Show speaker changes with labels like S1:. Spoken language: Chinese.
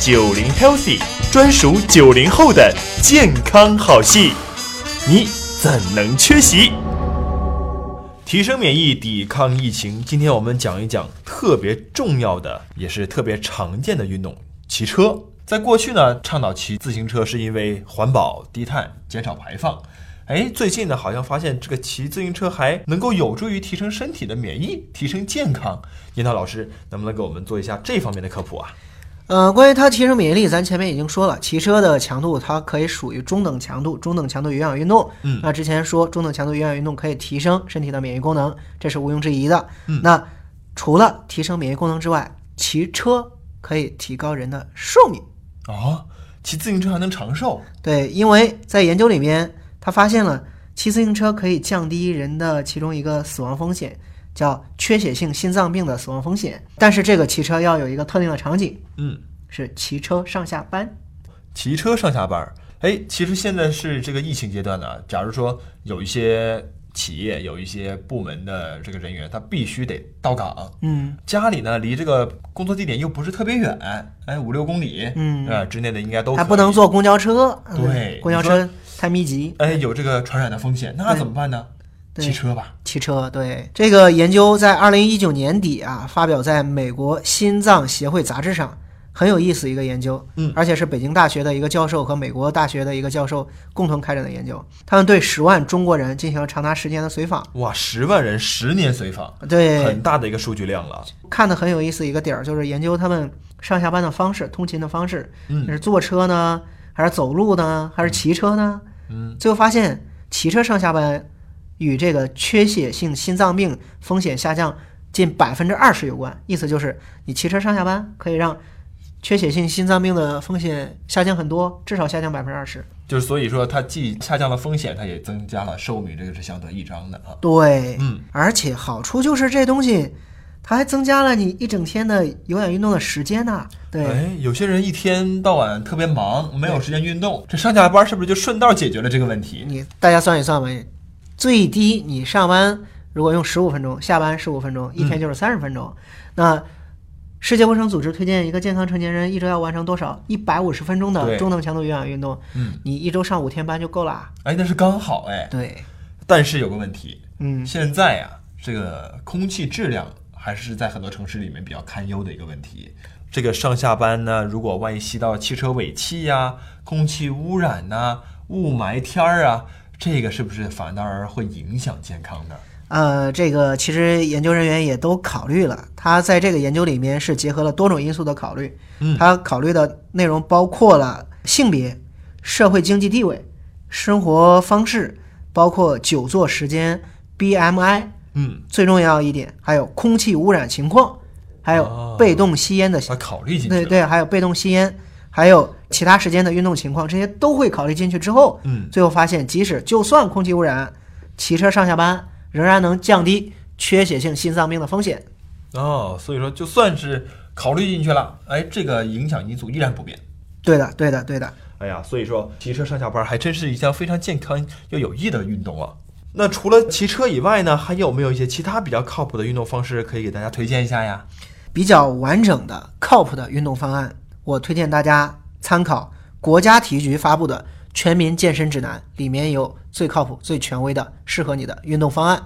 S1: 九零 Healthy 专属九零后的健康好戏，你怎能缺席？提升免疫，抵抗疫情。今天我们讲一讲特别重要的，也是特别常见的运动——骑车。在过去呢，倡导骑自行车是因为环保、低碳、减少排放。哎，最近呢，好像发现这个骑自行车还能够有助于提升身体的免疫，提升健康。樱桃老师，能不能给我们做一下这方面的科普啊？
S2: 呃，关于它提升免疫力，咱前面已经说了，骑车的强度它可以属于中等强度，中等强度有氧运动。
S1: 嗯
S2: 那之前说中等强度有氧运动可以提升身体的免疫功能，这是毋庸置疑的。嗯，那除了提升免疫功能之外，骑车可以提高人的寿命。
S1: 哦，骑自行车还能长寿？
S2: 对，因为在研究里面，他发现了骑自行车可以降低人的其中一个死亡风险，叫缺血性心脏病的死亡风险。但是这个骑车要有一个特定的场景，
S1: 嗯，
S2: 是骑车上下班。
S1: 骑车上下班儿。哎，其实现在是这个疫情阶段呢、假如说有一些企业、有一些部门的这个人员，他必须得到岗。
S2: 嗯，
S1: 家里呢，离这个工作地点又不是特别远，哎，五六公里，
S2: 嗯
S1: 呃之内的应该都
S2: 还
S1: 可
S2: 不能
S1: 以。
S2: 坐公交车，嗯
S1: 对
S2: 公交车太密集。
S1: 哎，有这个传染的风险，那怎么办呢？
S2: 对
S1: 骑车吧。
S2: 骑车，对这个研究在二零一九年底啊发表在美国心脏协会杂志上，很有意思一个研究，
S1: 嗯
S2: 而且是北京大学的一个教授和美国大学的一个教授共同开展的研究，他们对十万中国人进行了长达十年的随访，
S1: 哇，十万人十年随访，
S2: 对
S1: 很，大的一个数据量了。
S2: 看的很有意思一个点儿就是研究他们上下班的方式、通勤的方式，
S1: 嗯
S2: 是坐车呢，还是走路呢，还是骑车呢？
S1: 嗯，
S2: 最后发现骑车上下班与这个缺血性心脏病风险下降近百分之二十有关。意思就是你骑车上下班可以让缺血性心脏病的风险下降很多，至少下降百分之二十。
S1: 就是所以说，它既下降了风险，它也增加了寿命，这个是相得益彰的啊。
S2: 对，
S1: 嗯，
S2: 而且好处就是这东西它还增加了你一整天的有氧运动的时间呐、对。
S1: 哎，有些人一天到晚特别忙，没有时间运动，这上下班是不是就顺道解决了这个问题？
S2: 你大家算一算吧，最低你上班如果用十五分钟，下班十五分钟，一
S1: 嗯
S2: 天就是三十分钟。那世界卫生组织推荐一个健康成年人一周要完成多少？一百五十分钟
S1: 对
S2: 的中等强度有氧运动。
S1: 嗯，
S2: 你一周上五天班就够了。啊
S1: 哎，那是刚好哎，
S2: 对，
S1: 但是有个问题，
S2: 嗯，
S1: 现在啊，这个空气质量还是在很多城市里面比较堪忧的一个问题。这个上下班呢，如果万一吸到汽车尾气呀、空气污染呐、雾霾天儿啊，这个是不是反而会影响健康呢？
S2: 呃，这个其实研究人员也都考虑了，他在这个研究里面是结合了多种因素的考虑，
S1: 嗯
S2: 他考虑的内容包括了性别、社会经济地位、生活方式，包括久坐时间、BMI，
S1: 嗯，
S2: 最重要一点还有空气污染情况，还有
S1: 哦
S2: 被动吸烟的习
S1: 把考虑进去
S2: 对
S1: 了。
S2: 对，还有被动吸烟，还有其他时间的运动情况，这些都会考虑进去之后，
S1: 嗯，
S2: 最后发现，即使就算空气污染，骑车上下班仍然能降低缺血性心脏病的风险。
S1: 哦，所以说就算是考虑进去了，哎，这个影响因素依然不变。
S2: 对的，对的，对的。
S1: 哎呀，所以说骑车上下班还真是一项非常健康又有益的运动啊。那除了骑车以外呢，还有没有一些其他比较靠谱的运动方式可以给大家推荐一下呀？
S2: 比较完整的、靠谱的运动方案，我推荐大家参考国家体育局发布的《全民健身指南》，里面有最靠谱、最权威的、适合你的运动方案。